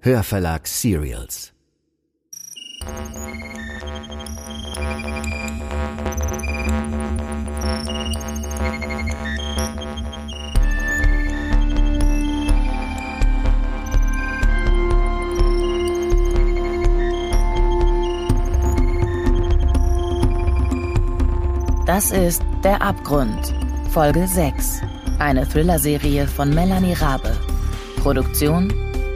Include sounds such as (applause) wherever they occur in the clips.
Hörverlag Serials. Das ist Der Abgrund, Folge 6. Eine Thriller-Serie von Melanie Rabe. Produktion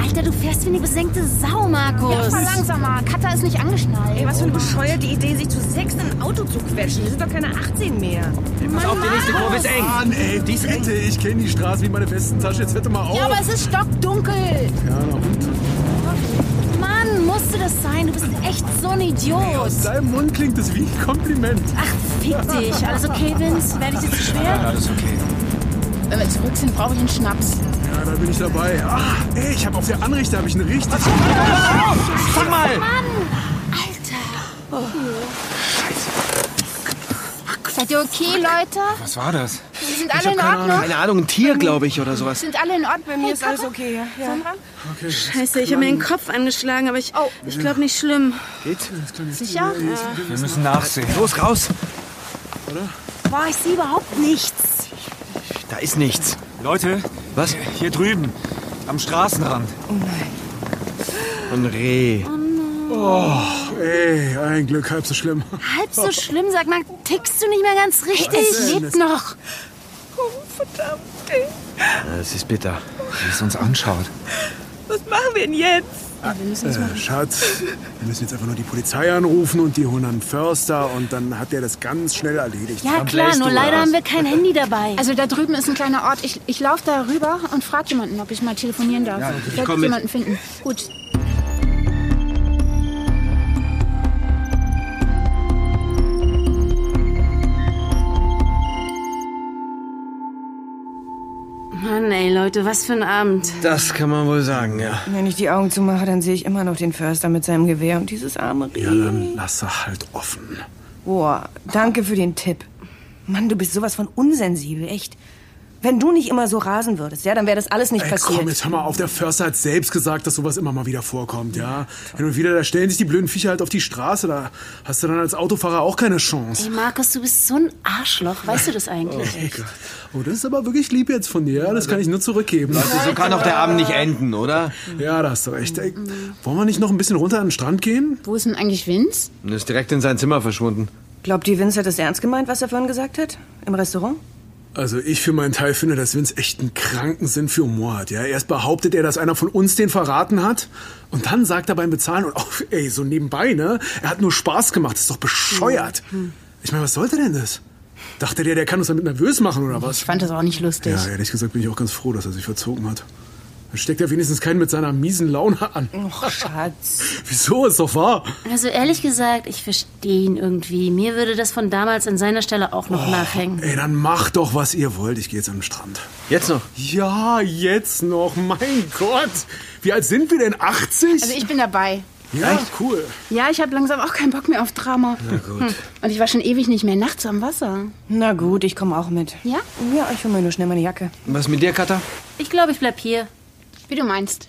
Alter, du fährst wie eine besenkte Sau, Markus. Fahr langsamer. Katha ist nicht angeschnallt. Ey, was für eine bescheuerte Idee, sich zu sechs in ein Auto zu quetschen. Wir sind doch keine 18 mehr. Pass auf, die nächste Kurve ist eng. Mann, ey, die ist Bitte, ich kenne die Straße wie meine festen Tasche. Jetzt hätte mal auf. ja, aber es ist stockdunkel. Mann, musste das sein? Du bist echt so ein Idiot. Aus deinem Mund klingt es wie ein Kompliment. Ah. Ach, fick dich. Alles okay, Vince? Werde ich dir zu schwer? Alles okay. Wenn wir zurück sind, brauche ich einen Schnaps. Ja, da bin ich dabei. Ah, ey, ich habe auf der Anrichte habe ich einen richtig. Schon mal! Seid ihr okay, Leute? Was war das? Wir sind alle in Ordnung. Keine Ahnung, ein Tier, glaube ich, oder sowas. Sind alle in Ordnung? Mir ist alles okay. Ja. Sandra? Scheiße, ich habe mir den Kopf angeschlagen, aber ich, ich glaube nicht schlimm. Geht's? Sicher? Wir müssen nachsehen. Los, raus! Boah, ich sehe überhaupt nichts. Da ist nichts. Leute, was? Hier drüben, am Straßenrand. Oh nein. Ein Reh. Ey, ein Glück, halb so schlimm. Ah, Halb so schlimm, sag mal, tickst du nicht mehr ganz richtig? Lebt noch. Das ist bitter, wie es uns anschaut. Was machen wir denn jetzt? Äh, Schatz, wir müssen jetzt einfach nur die Polizei anrufen und die holen dann einen Förster und dann hat der das ganz schnell erledigt. Ja, klar, bläst nur du leider aus. haben wir kein Handy dabei. Also da drüben ist ein kleiner Ort. Ich, ich laufe da rüber und frage jemanden, ob ich mal telefonieren darf. ich werde komm mit. jemanden finden. Gut. Mann, ey, Leute, was für ein Abend. Das kann man wohl sagen, ja. Wenn ich die Augen zumache, dann sehe ich immer noch den Förster mit seinem Gewehr und dieses arme Ja, Reh. dann lass er halt offen. Boah, danke für den Tipp. Mann, du bist sowas von unsensibel, echt. Wenn du nicht immer so rasen würdest, ja, dann wäre das alles nicht Ey, passiert. komm, jetzt hör mal auf. Der Förster hat selbst gesagt, dass sowas immer mal wieder vorkommt, ja. Hin und wieder, da stellen sich die blöden Viecher halt auf die Straße. Da hast du dann als Autofahrer auch keine Chance. Ey, Markus, du bist so ein Arschloch. Weißt du das eigentlich? Ey, Gott. Oh, das ist aber wirklich lieb jetzt von dir. ja. Das kann ich nur zurückgeben. So kann auch der Abend nicht enden, oder? Ja, da hast du recht. Ey, wollen wir nicht noch ein bisschen runter an den Strand gehen? Wo ist denn eigentlich Vince? Und ist direkt in sein Zimmer verschwunden. Glaubt ihr, Vince hat das ernst gemeint, was er vorhin gesagt hat? Im Restaurant? Also ich für meinen Teil finde, dass Vince echt einen kranken Sinn für Humor hat. Ja, erst behauptet er, dass einer von uns den verraten hat und dann sagt er beim Bezahlen und auch, ey, so nebenbei, ne? Er hat nur Spaß gemacht. Das ist doch bescheuert. Hm, Ich meine, was sollte denn das? Dachte der, der kann uns damit nervös machen oder was? Ich fand das auch nicht lustig. Ja, ehrlich gesagt bin ich auch ganz froh, dass er sich verzogen hat. Dann steckt er wenigstens keinen mit seiner miesen Laune an. Hm. Och, Schatz. Wieso? Ist doch wahr. Also ehrlich gesagt, ich verstehe ihn irgendwie. Mir würde das von damals an seiner Stelle auch Oh. noch nachhängen. Ey, dann macht doch, was ihr wollt. Ich gehe jetzt an den Strand. Jetzt noch. Ja, jetzt noch. Mein Gott. Wie alt sind wir denn? 80? Also ich bin dabei. ja, cool. Ja, ich habe langsam auch keinen Bock mehr auf Drama. Na gut. Und ich war schon ewig nicht mehr nachts am Wasser. Na gut, ich komme auch mit. Ja? Ja, ich hol mir nur schnell meine Jacke. Was mit dir, Katha? Ich glaube, ich bleib hier. Wie du meinst.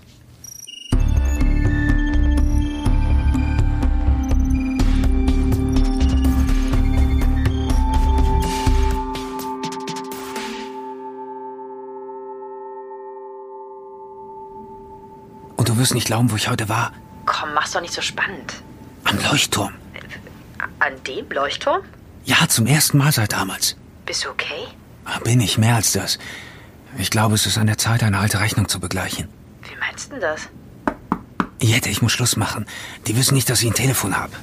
Und du wirst nicht glauben, wo ich heute war. Komm, mach's doch nicht so spannend. Am Leuchtturm. An dem Leuchtturm? Ja, zum ersten Mal seit damals. Bist du okay? Ah, Bin ich mehr als das. Ich glaube, es ist an der Zeit, eine alte Rechnung zu begleichen. Wie meinst du denn das? Jette, ich muss Schluss machen. Die wissen nicht, dass ich ein Telefon habe.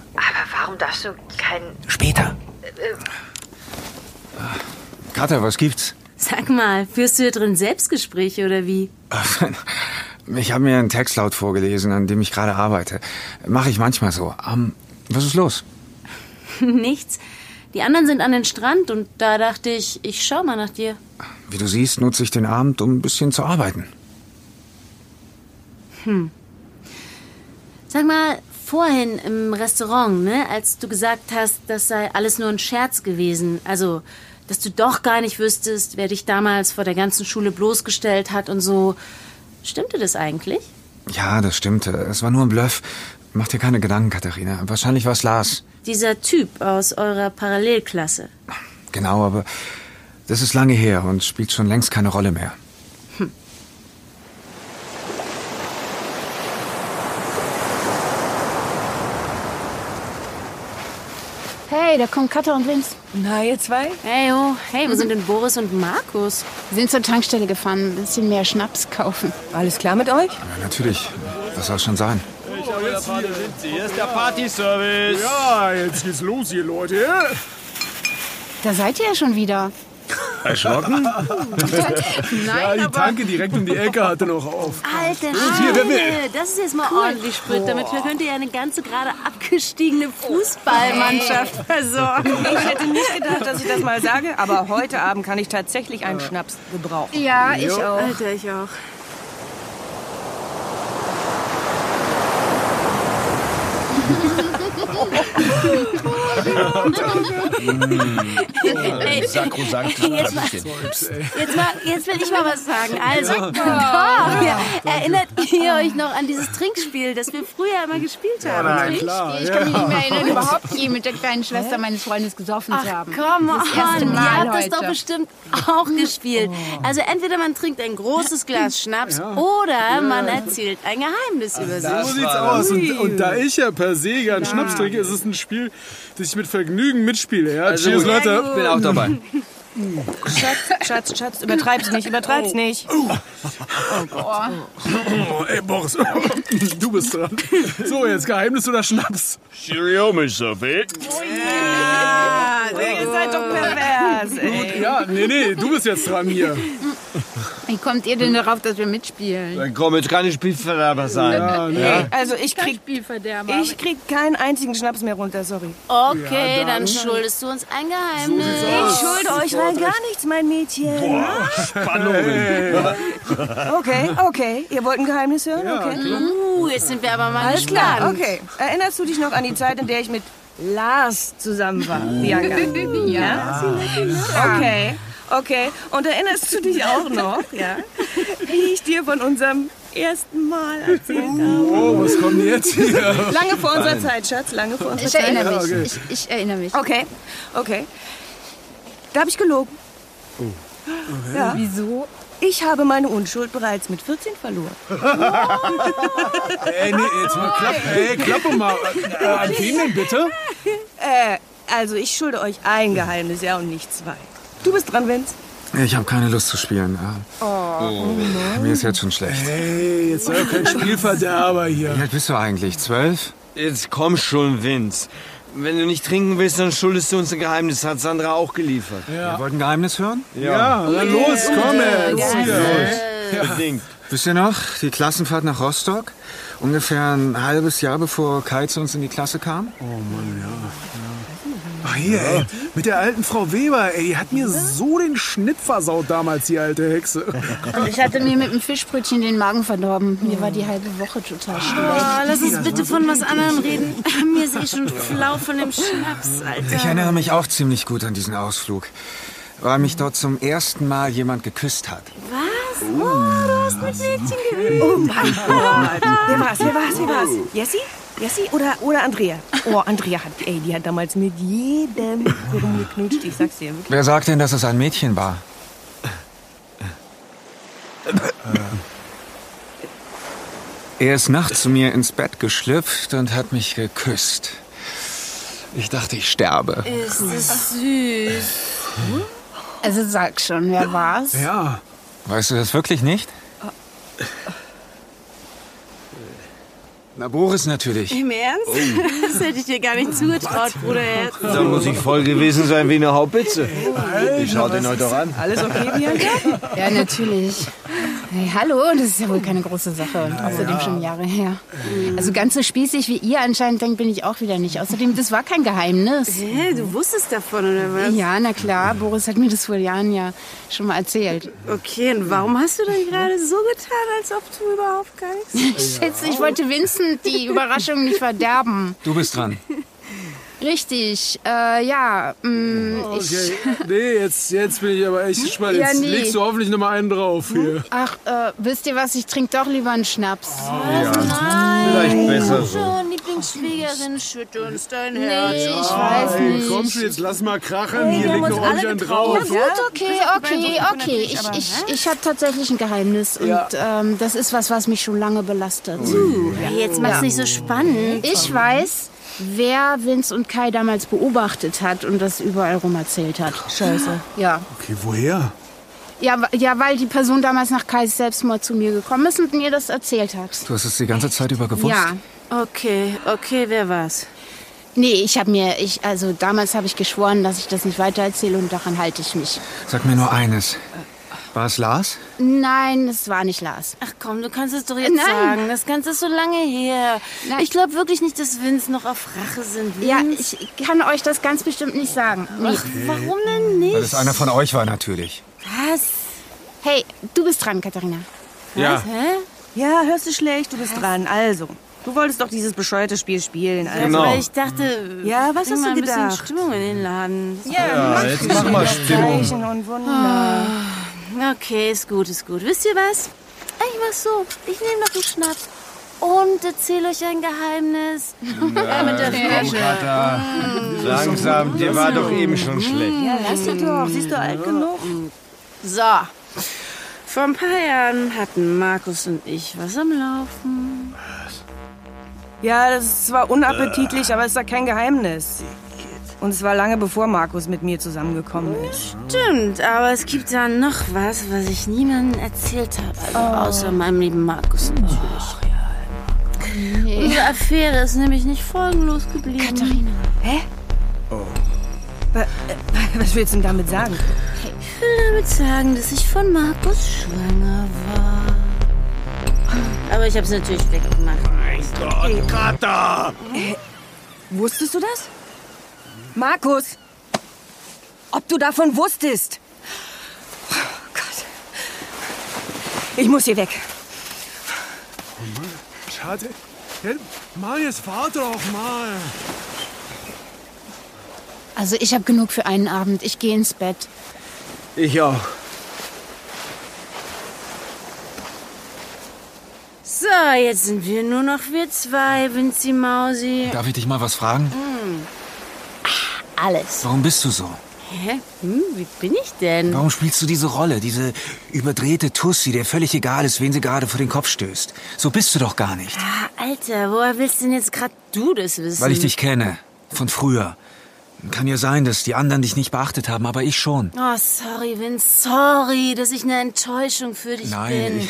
Warum darfst du kein... Später. Äh, Kater, Ah, was gibt's? Sag mal, führst du hier drin Selbstgespräche oder wie? Ich habe mir einen Text laut vorgelesen, an dem ich gerade arbeite. Mache ich manchmal so. Ähm, was ist los? Ähm. Nichts. Die anderen sind an den Strand und da dachte ich, ich schau mal nach dir. Wie du siehst, nutze ich den Abend, um ein bisschen zu arbeiten. Hm. Sag mal, vorhin im Restaurant, ne, als du gesagt hast, das sei alles nur ein Scherz gewesen, also, dass du doch gar nicht wüsstest, wer dich damals vor der ganzen Schule bloßgestellt hat und so. Stimmte das eigentlich? Ja, das stimmte. Es war nur ein Bluff. Mach dir keine Gedanken, Katharina. Wahrscheinlich war es Lars. Dieser Typ aus eurer Parallelklasse. Genau, aber das ist lange her und spielt schon längst keine Rolle mehr. Hey, da kommt Katja und Linz. Na, ihr zwei? Hey, oh, hey, wo sind denn Boris und Markus? Wir sind zur Tankstelle gefahren, ein bisschen mehr Schnaps kaufen. Alles klar mit euch? Ja, natürlich. Was soll schon sein? Hier ist der Party-Service. (laughs) Ja, jetzt geht's los hier, Leute. Da seid ihr ja schon wieder. Erschrocken? Nein, ja, die aber- Tanke direkt um die Ecke hatte noch auf. Alter hier, wer will? Schwede, das ist jetzt mal ordentlich Sprit. Damit könnt ihr ja eine ganze gerade abgestiegene Oh. Fußballmannschaft versorgen. Ich hätte nicht gedacht, dass ich das mal sage, aber heute Abend kann ich tatsächlich einen Schnaps gebrauchen. Ja, ich auch. Alter, ich auch. Ey, Sakrosankt. Jetzt mal- Jetzt, mal, jetzt will ich mal was sagen. Also, (laughs) komm, erinnert ihr euch noch an dieses Trinkspiel, das wir früher immer gespielt haben? klar. Ich kann mich nicht mehr erinnern, überhaupt je mit der kleinen Schwester meines Freundes gesoffen zu haben. Come erste on, ihr Mal habt das doch heute. bestimmt auch gespielt. Also entweder man trinkt ein großes Glas Schnaps oder man erzählt ein Geheimnis über sich. So sieht's aus. Und, und da ich ja per se gern Schnaps trinke, ist es ein Spiel, das ich mit Vergnügen mitspiele. Ja? Also Cheers, gut. Leute. Ich bin auch dabei. Schatz, Schatz, Schatz, übertreib's nicht, übertreib's nicht. Oh, ey, Boris, (laughs) du bist dran. So, jetzt Geheimnis oder Schnaps? Cheerio, mich Sophie. Ihr seid doch pervers, ey. Ja, nee, nee, du bist jetzt dran hier. Wie kommt ihr denn darauf, dass wir mitspielen? Dann komm, jetzt kann ich Spielverderber sein. Ne. Also ich krieg, Spielverderber. ich krieg keinen einzigen Schnaps mehr runter, sorry. Okay, dann. schuldest du uns ein Geheimnis. Ich schulde euch rein gar nichts, mein Mädchen. Spannung. Okay, okay. Ihr wollt ein Geheimnis hören? Okay. uh, jetzt sind wir aber mal Alles gespannt. klar, okay. Erinnerst du dich noch an die Zeit, in der ich mit Lars zusammen war, Bianca? Ja. Okay, okay. Und erinnerst du dich auch noch, ja, wie ich dir von unserem ersten Mal erzählt habe? Oh, was kommt denn jetzt hier? Lange vor unserer Zeit, Schatz, lange vor unserer Ich Zeit. erinnere mich. okay. Ich, ich erinnere mich. Okay, okay. Da habe ich gelogen. Ja. Wieso? Ich habe meine Unschuld bereits mit 14 verloren. Ey, nee, jetzt mal klapp, ey, klappe mal. Äh, an wen denn bitte? Äh, also ich schulde euch ein Geheimnis, ja, und nicht zwei. Du bist dran, Vince. Ich habe keine Lust zu spielen. Oh. Mir ist jetzt schon schlecht. Ey, jetzt sei doch kein Spielverderber Wie hier. alt bist du eigentlich? Zwölf? Jetzt komm schon, Vince. Wenn du nicht trinken willst, dann schuldest du uns ein Geheimnis. Hat Sandra auch geliefert. Wir wollten ein Geheimnis hören? Ja, dann Ah, los, komm jetzt. hier. Bedingt. Wisst ihr noch, die Klassenfahrt nach Rostock? Ungefähr ein halbes Jahr, bevor Kai zu uns in die Klasse kam? Ach Ah, hier, ey, mit der alten Frau Weber, ey, die hat Mhm. mir so den Schnitt versaut damals, die alte Hexe. (laughs) Und ich hatte mir mit dem Fischbrötchen den Magen verdorben. Mir war die halbe Woche total schlecht. Oh, lass uns bitte von was anderem reden. (laughs) Mir ist eh schon flau von dem Schnaps, Alter. Ich erinnere mich auch ziemlich gut an diesen Ausflug, weil mich dort zum ersten Mal jemand geküsst hat. Was? Oh, du hast mit Mädchen geredet. Oh mein Gott. Wer war's, wer war's, wer war's? Jessie? Jessie oder, oder Andrea? Oh, Andrea hat, ey, die hat damals mit jedem rumgeknutscht, ich sag's dir wirklich. Wer sagt denn, dass es ein Mädchen war? Er ist nachts zu mir ins Bett geschlüpft und hat mich geküsst. Ich dachte, ich sterbe. Ist das süß. Also sag schon, wer war's? Ja, Weißt du das wirklich nicht? Na, Boris natürlich. Im Ernst? Das hätte ich dir gar nicht zugetraut, Bruderherz. Da muss ich voll gewesen sein wie eine Haubitze. Ich schau den heute doch an. Alles okay, Bianca? Ja, natürlich. Hey, hallo, das ist ja wohl keine große Sache. Und außerdem schon Jahre her. Also ganz so spießig wie ihr anscheinend denkt, bin ich auch wieder nicht. Außerdem, das war kein Geheimnis. Hä, du wusstest davon, oder was? Ja, na klar, Boris hat mir das vor Jahren ja schon mal erzählt. Okay, und warum hast du denn gerade so getan, als ob du überhaupt gar nichts... Schätze, ich wollte Vincent die Überraschung nicht verderben. Du bist dran. Richtig, äh, ja, mm, ich... Hm? Okay. Nee, jetzt, jetzt bin ich aber echt gespannt. Ja, Jetzt nee. legst du hoffentlich noch mal einen drauf hier. Ach, äh, wisst ihr was, ich trinke doch lieber einen Schnaps. Hm. Vielleicht besser so. Schon, Lieblingsschwägerin, schütte uns dein Herz. Nee, ich weiß Ey, nicht. komm schon, jetzt lass mal krachen. Hey, wir hier haben liegt noch uns alle ordentlich einen drauf. Gut, okay, okay, okay. Ich, ich, ich habe tatsächlich ein Geheimnis und ähm, das ist was, was mich schon lange belastet. Hey, jetzt mach's nicht so spannend. Ich weiß, wer Vince und Kai damals beobachtet hat und das überall rum erzählt hat. Scheiße. Ja. Okay, woher? Ja, wa- ja, weil die Person damals nach Kais Selbstmord zu mir gekommen ist und mir das erzählt hat. Du hast es die ganze Zeit über gewusst. Ja. Okay, okay, wer war's? Nee, ich habe mir, ich, also damals habe ich geschworen, dass ich das nicht weitererzähle und daran halte ich mich. Sag mir nur eines. War es Lars? Nein, es war nicht Lars. Ach komm, du kannst es doch jetzt Nein. sagen. Das Ganze ist so lange her. Nein. Ich glaube wirklich nicht, dass Vince noch auf Rache sind. Ja, Vince? ich kann euch das ganz bestimmt nicht sagen. Nee. Ach, warum denn nicht? Weil es einer von euch war, natürlich. Was? Hey, du bist dran, Katharina. Ja. Hä? Ja, hörst du schlecht, du bist dran. Also, du wolltest doch dieses bescheuerte Spiel spielen. Also. Genau. Oh. Weil ich dachte, Ja, was hast bring du mal ein bisschen gedacht? Stimmung in den Laden. Ja, jetzt mach mal Stimmung. Zeichen und Wunder. Okay, ist gut, ist gut. Wisst ihr was? Ich mach's so. Ich nehme noch einen Schnaps und erzähle euch ein Geheimnis. Ja, mit der Flasche. Langsam, dir war doch eben schon schlecht. Ja, lass dir doch. Siehst du alt genug? So. Vor ein paar Jahren hatten Markus und ich was am Laufen. Ja, das ist zwar unappetitlich, aber es ist ja kein Geheimnis. Und es war lange bevor Markus mit mir zusammengekommen ist. Stimmt, aber es gibt da noch was, was ich niemandem erzählt habe. Also Außer meinem lieben Markus natürlich. Unsere Affäre ist nämlich nicht folgenlos geblieben. Wa- äh, (laughs) Was willst du denn damit sagen? Ich will damit sagen, dass ich von Markus schwanger war. Aber ich habe es natürlich weggemacht. Wusstest du das? Markus! Ob du davon wusstest? Oh Gott. Ich muss hier weg. Schade. Ja, Mann, jetzt fahr doch mal. Also ich habe genug für einen Abend. Ich gehe ins Bett. Ich auch. So, jetzt sind wir nur noch wir zwei, Vinzi Mausi. Darf ich dich mal was fragen? Alles. Warum bist du so? Hä? Hm, wie bin ich denn? Warum spielst du diese Rolle? Diese überdrehte Tussi, der völlig egal ist, wen sie gerade vor den Kopf stößt. So bist du doch gar nicht. Ah, Alter, woher willst denn jetzt gerade du das wissen? Weil ich dich kenne. Von früher. Kann ja sein, dass die anderen dich nicht beachtet haben, aber ich schon. Oh, sorry, Vince, sorry, dass ich eine Enttäuschung für dich Nein, bin. ich-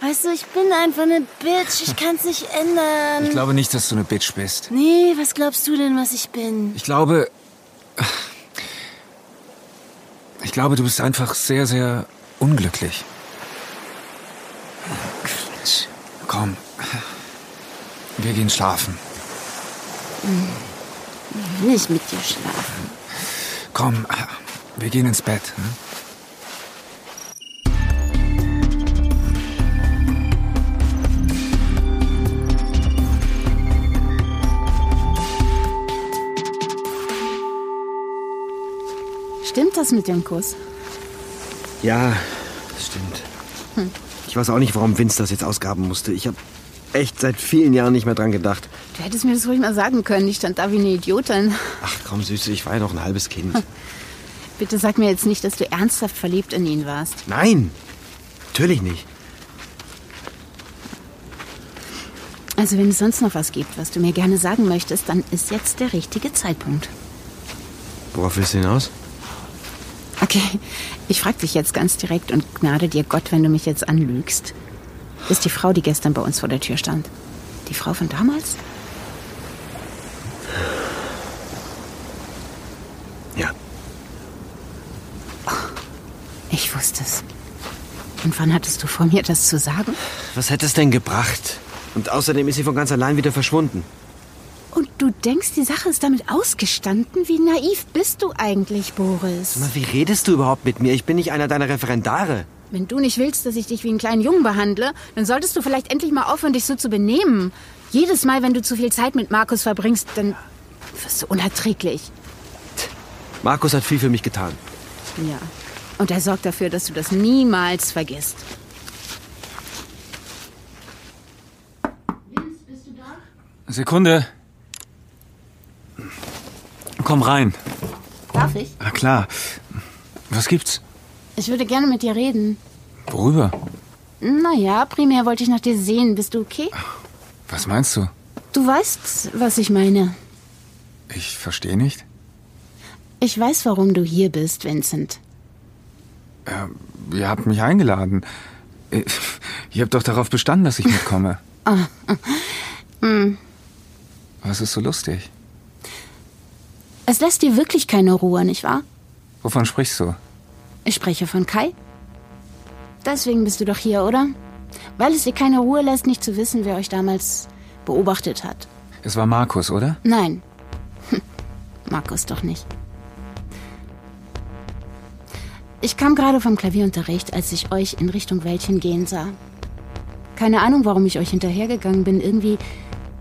Weißt du, ich bin einfach eine Bitch, ich kann's nicht ändern. Ich glaube nicht, dass du eine Bitch bist. nee, was glaubst du denn, was ich bin? Ich glaube. Ich glaube, du bist einfach sehr, sehr unglücklich. Quatsch. Komm. Wir gehen schlafen. Ich will Hm. nicht mit dir schlafen. Komm, wir gehen ins Bett. Ne? Stimmt das mit dem Kuss? Ja, das stimmt. Ich weiß auch nicht, warum Vince das jetzt ausgaben musste. Ich habe echt seit vielen Jahren nicht mehr dran gedacht. Du hättest mir das ruhig mal sagen können. Ich stand da wie eine Idiotin. Ach komm, Süße, ich war ja noch ein halbes Kind. (laughs) Bitte sag mir jetzt nicht, dass du ernsthaft verliebt in ihn warst. Nein, natürlich nicht. Also wenn es sonst noch was gibt, was du mir gerne sagen möchtest, dann ist jetzt der richtige Zeitpunkt. Worauf willst du hinaus? Okay, ich frage dich jetzt ganz direkt und gnade dir Gott, wenn du mich jetzt anlügst. Ist die Frau, die gestern bei uns vor der Tür stand. Die Frau von damals? Ja. Ich wusste es. Und wann hattest du vor mir das zu sagen? Was hätte es denn gebracht? Und außerdem ist sie von ganz allein wieder verschwunden. Und du denkst, die Sache ist damit ausgestanden? Wie naiv bist du eigentlich, Boris? Sag mal, wie redest du überhaupt mit mir? Ich bin nicht einer deiner Referendare. Wenn du nicht willst, dass ich dich wie einen kleinen Jungen behandle, dann solltest du vielleicht endlich mal aufhören, dich so zu benehmen. Jedes Mal, wenn du zu viel Zeit mit Markus verbringst, dann wirst du unerträglich. Markus hat viel für mich getan. Ja. Und er sorgt dafür, dass du das niemals vergisst. Sekunde. Komm rein. Darf ich? Na klar. Was gibt's? Ich würde gerne mit dir reden. Worüber? Naja, primär wollte ich nach dir sehen. Bist du okay? Was meinst du? Du weißt, was ich meine. Ich verstehe nicht. Ich weiß, warum du hier bist, Vincent. Äh, ihr habt mich eingeladen. Äh, Ihr habt doch darauf bestanden, dass ich mitkomme. (laughs) Ah. Hm. Was ist so lustig? Es lässt dir wirklich keine Ruhe, nicht wahr? Wovon sprichst du? Ich spreche von Kai. Deswegen bist du doch hier, oder? Weil es dir keine Ruhe lässt, nicht zu wissen, wer euch damals beobachtet hat. Es war Markus, oder? Nein. (laughs) Hm, Markus doch nicht. Ich kam gerade vom Klavierunterricht, als ich euch in Richtung Wäldchen gehen sah. Keine Ahnung, warum ich euch hinterhergegangen bin. Irgendwie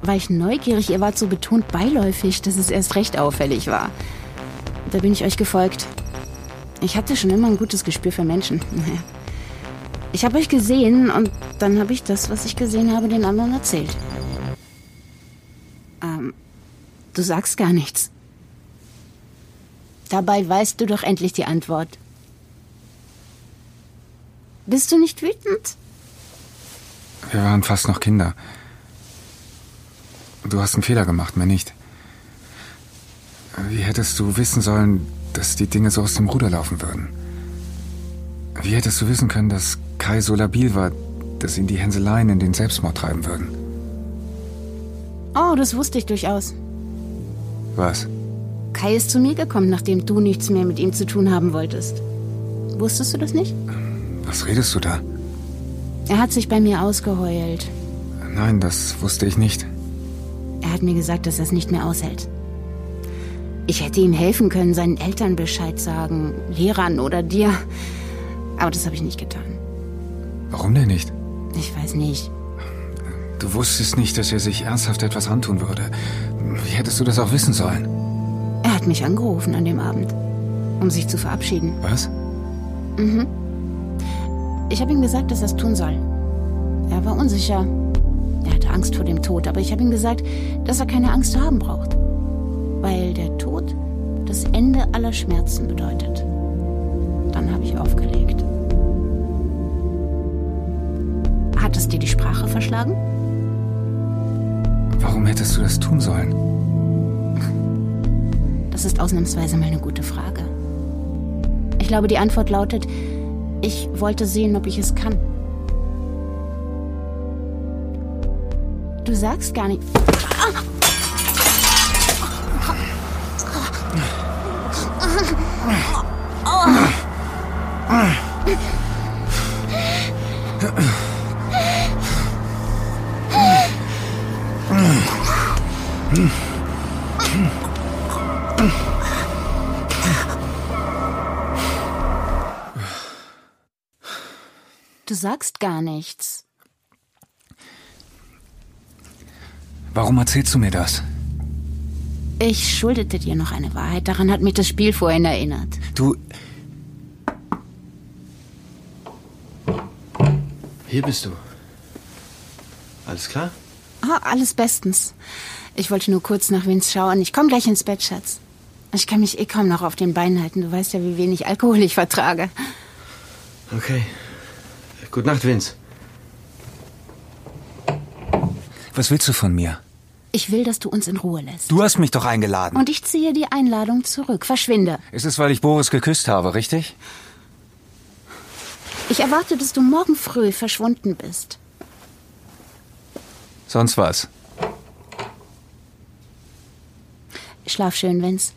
war ich neugierig. Ihr wart so betont beiläufig, dass es erst recht auffällig war. Da bin ich euch gefolgt. Ich hatte schon immer ein gutes Gespür für Menschen. (laughs) Naja. Ich habe euch gesehen und dann habe ich das, was ich gesehen habe, den anderen erzählt. Ähm, du sagst gar nichts. Dabei weißt du doch endlich die Antwort. Bist du nicht wütend? Wir waren fast noch Kinder. Du hast einen Fehler gemacht, mir nicht. Wie hättest du wissen sollen, dass die Dinge so aus dem Ruder laufen würden? Wie hättest du wissen können, dass Kai so labil war, dass ihn die Hänseleien in den Selbstmord treiben würden? Oh, das wusste ich durchaus. Was? Kai ist zu mir gekommen, nachdem du nichts mehr mit ihm zu tun haben wolltest. Wusstest du das nicht? Was redest du da? Er hat sich bei mir ausgeheult. Nein, das wusste ich nicht. Er hat mir gesagt, dass er es nicht mehr aushält. Ich hätte ihm helfen können, seinen Eltern Bescheid sagen, Lehrern oder dir. Aber das habe ich nicht getan. Warum denn nicht? Ich weiß nicht. Du wusstest nicht, dass er sich ernsthaft etwas antun würde. Wie hättest du das auch wissen sollen? Er hat mich angerufen an dem Abend, um sich zu verabschieden. Was? Mhm. Ich habe ihm gesagt, dass er es tun soll. Er war unsicher. Er hatte Angst vor dem Tod, aber ich habe ihm gesagt, dass er keine Angst zu haben braucht. Weil der Tod das Ende aller Schmerzen bedeutet. Dann habe ich aufgelegt. Hat es dir die Sprache verschlagen? Warum hättest du das tun sollen? Das ist ausnahmsweise mal eine gute Frage. Ich glaube, die Antwort lautet, ich wollte sehen, ob ich es kann. Du sagst gar nicht. Du sagst gar nichts. Warum erzählst du mir das? Ich schuldete dir noch eine Wahrheit. Daran hat mich das Spiel vorhin erinnert. Du. Hier bist du. Alles klar? Ah, alles bestens. Ich wollte nur kurz nach Vince schauen. Ich komme gleich ins Bett, Schatz. Ich kann mich eh kaum noch auf den Beinen halten. Du weißt ja, wie wenig Alkohol ich vertrage. Okay. Gute Nacht, Vince. Was willst du von mir? Ich will, dass du uns in Ruhe lässt. Du hast mich doch eingeladen. Und ich ziehe die Einladung zurück. Verschwinde. Es ist, weil ich Boris geküsst habe, richtig? Ich erwarte, dass du morgen früh verschwunden bist. Sonst was. Schlaf schön, Vince.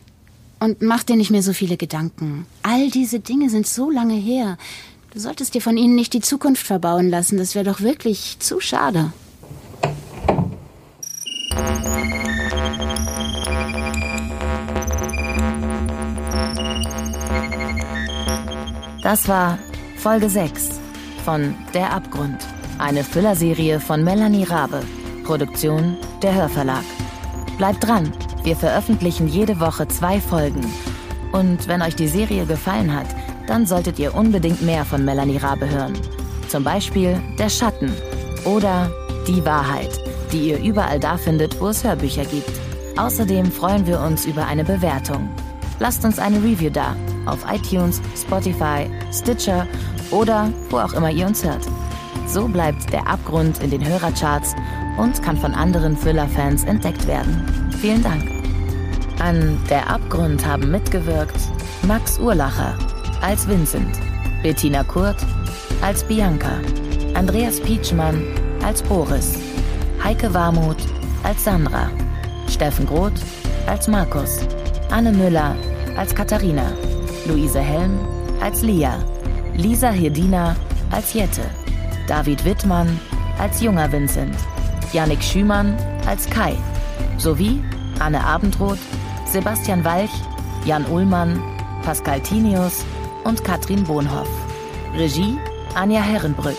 Und mach dir nicht mehr so viele Gedanken. All diese Dinge sind so lange her. Du solltest dir von ihnen nicht die Zukunft verbauen lassen. Das wäre doch wirklich zu schade. Das war Folge 6 von Der Abgrund. Eine Füllerserie von Melanie Rabe. Produktion der Hörverlag. Bleibt dran, wir veröffentlichen jede Woche zwei Folgen. Und wenn euch die Serie gefallen hat, dann solltet ihr unbedingt mehr von Melanie Rabe hören. Zum Beispiel Der Schatten oder Die Wahrheit, die ihr überall da findet, wo es Hörbücher gibt. Außerdem freuen wir uns über eine Bewertung. Lasst uns eine Review da auf iTunes, Spotify, Stitcher oder wo auch immer ihr uns hört. So bleibt der Abgrund in den Hörercharts und kann von anderen Thriller-Fans entdeckt werden. Vielen Dank. An Der Abgrund haben mitgewirkt Max Urlacher als Vincent, Bettina Kurt als Bianca, Andreas Pietschmann als Boris, Heike Warmuth als Sandra, Steffen Groth als Markus, Anne Müller als Katharina, Luise Helm als Lia, Lisa Hirdina als Jette, David Wittmann als junger Vincent, Yannick Schümann als Kai, sowie Anne Abendroth, Sebastian Walch, Jan Ullmann, Pascal Tinius und Katrin Bohnhoff. Regie Anja Herrenbrück.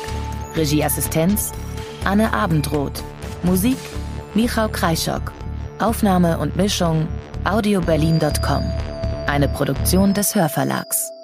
Regieassistenz Anne Abendroth. Musik Michał Kreischock. Aufnahme und Mischung audioberlin.com. Eine Produktion des Hörverlags.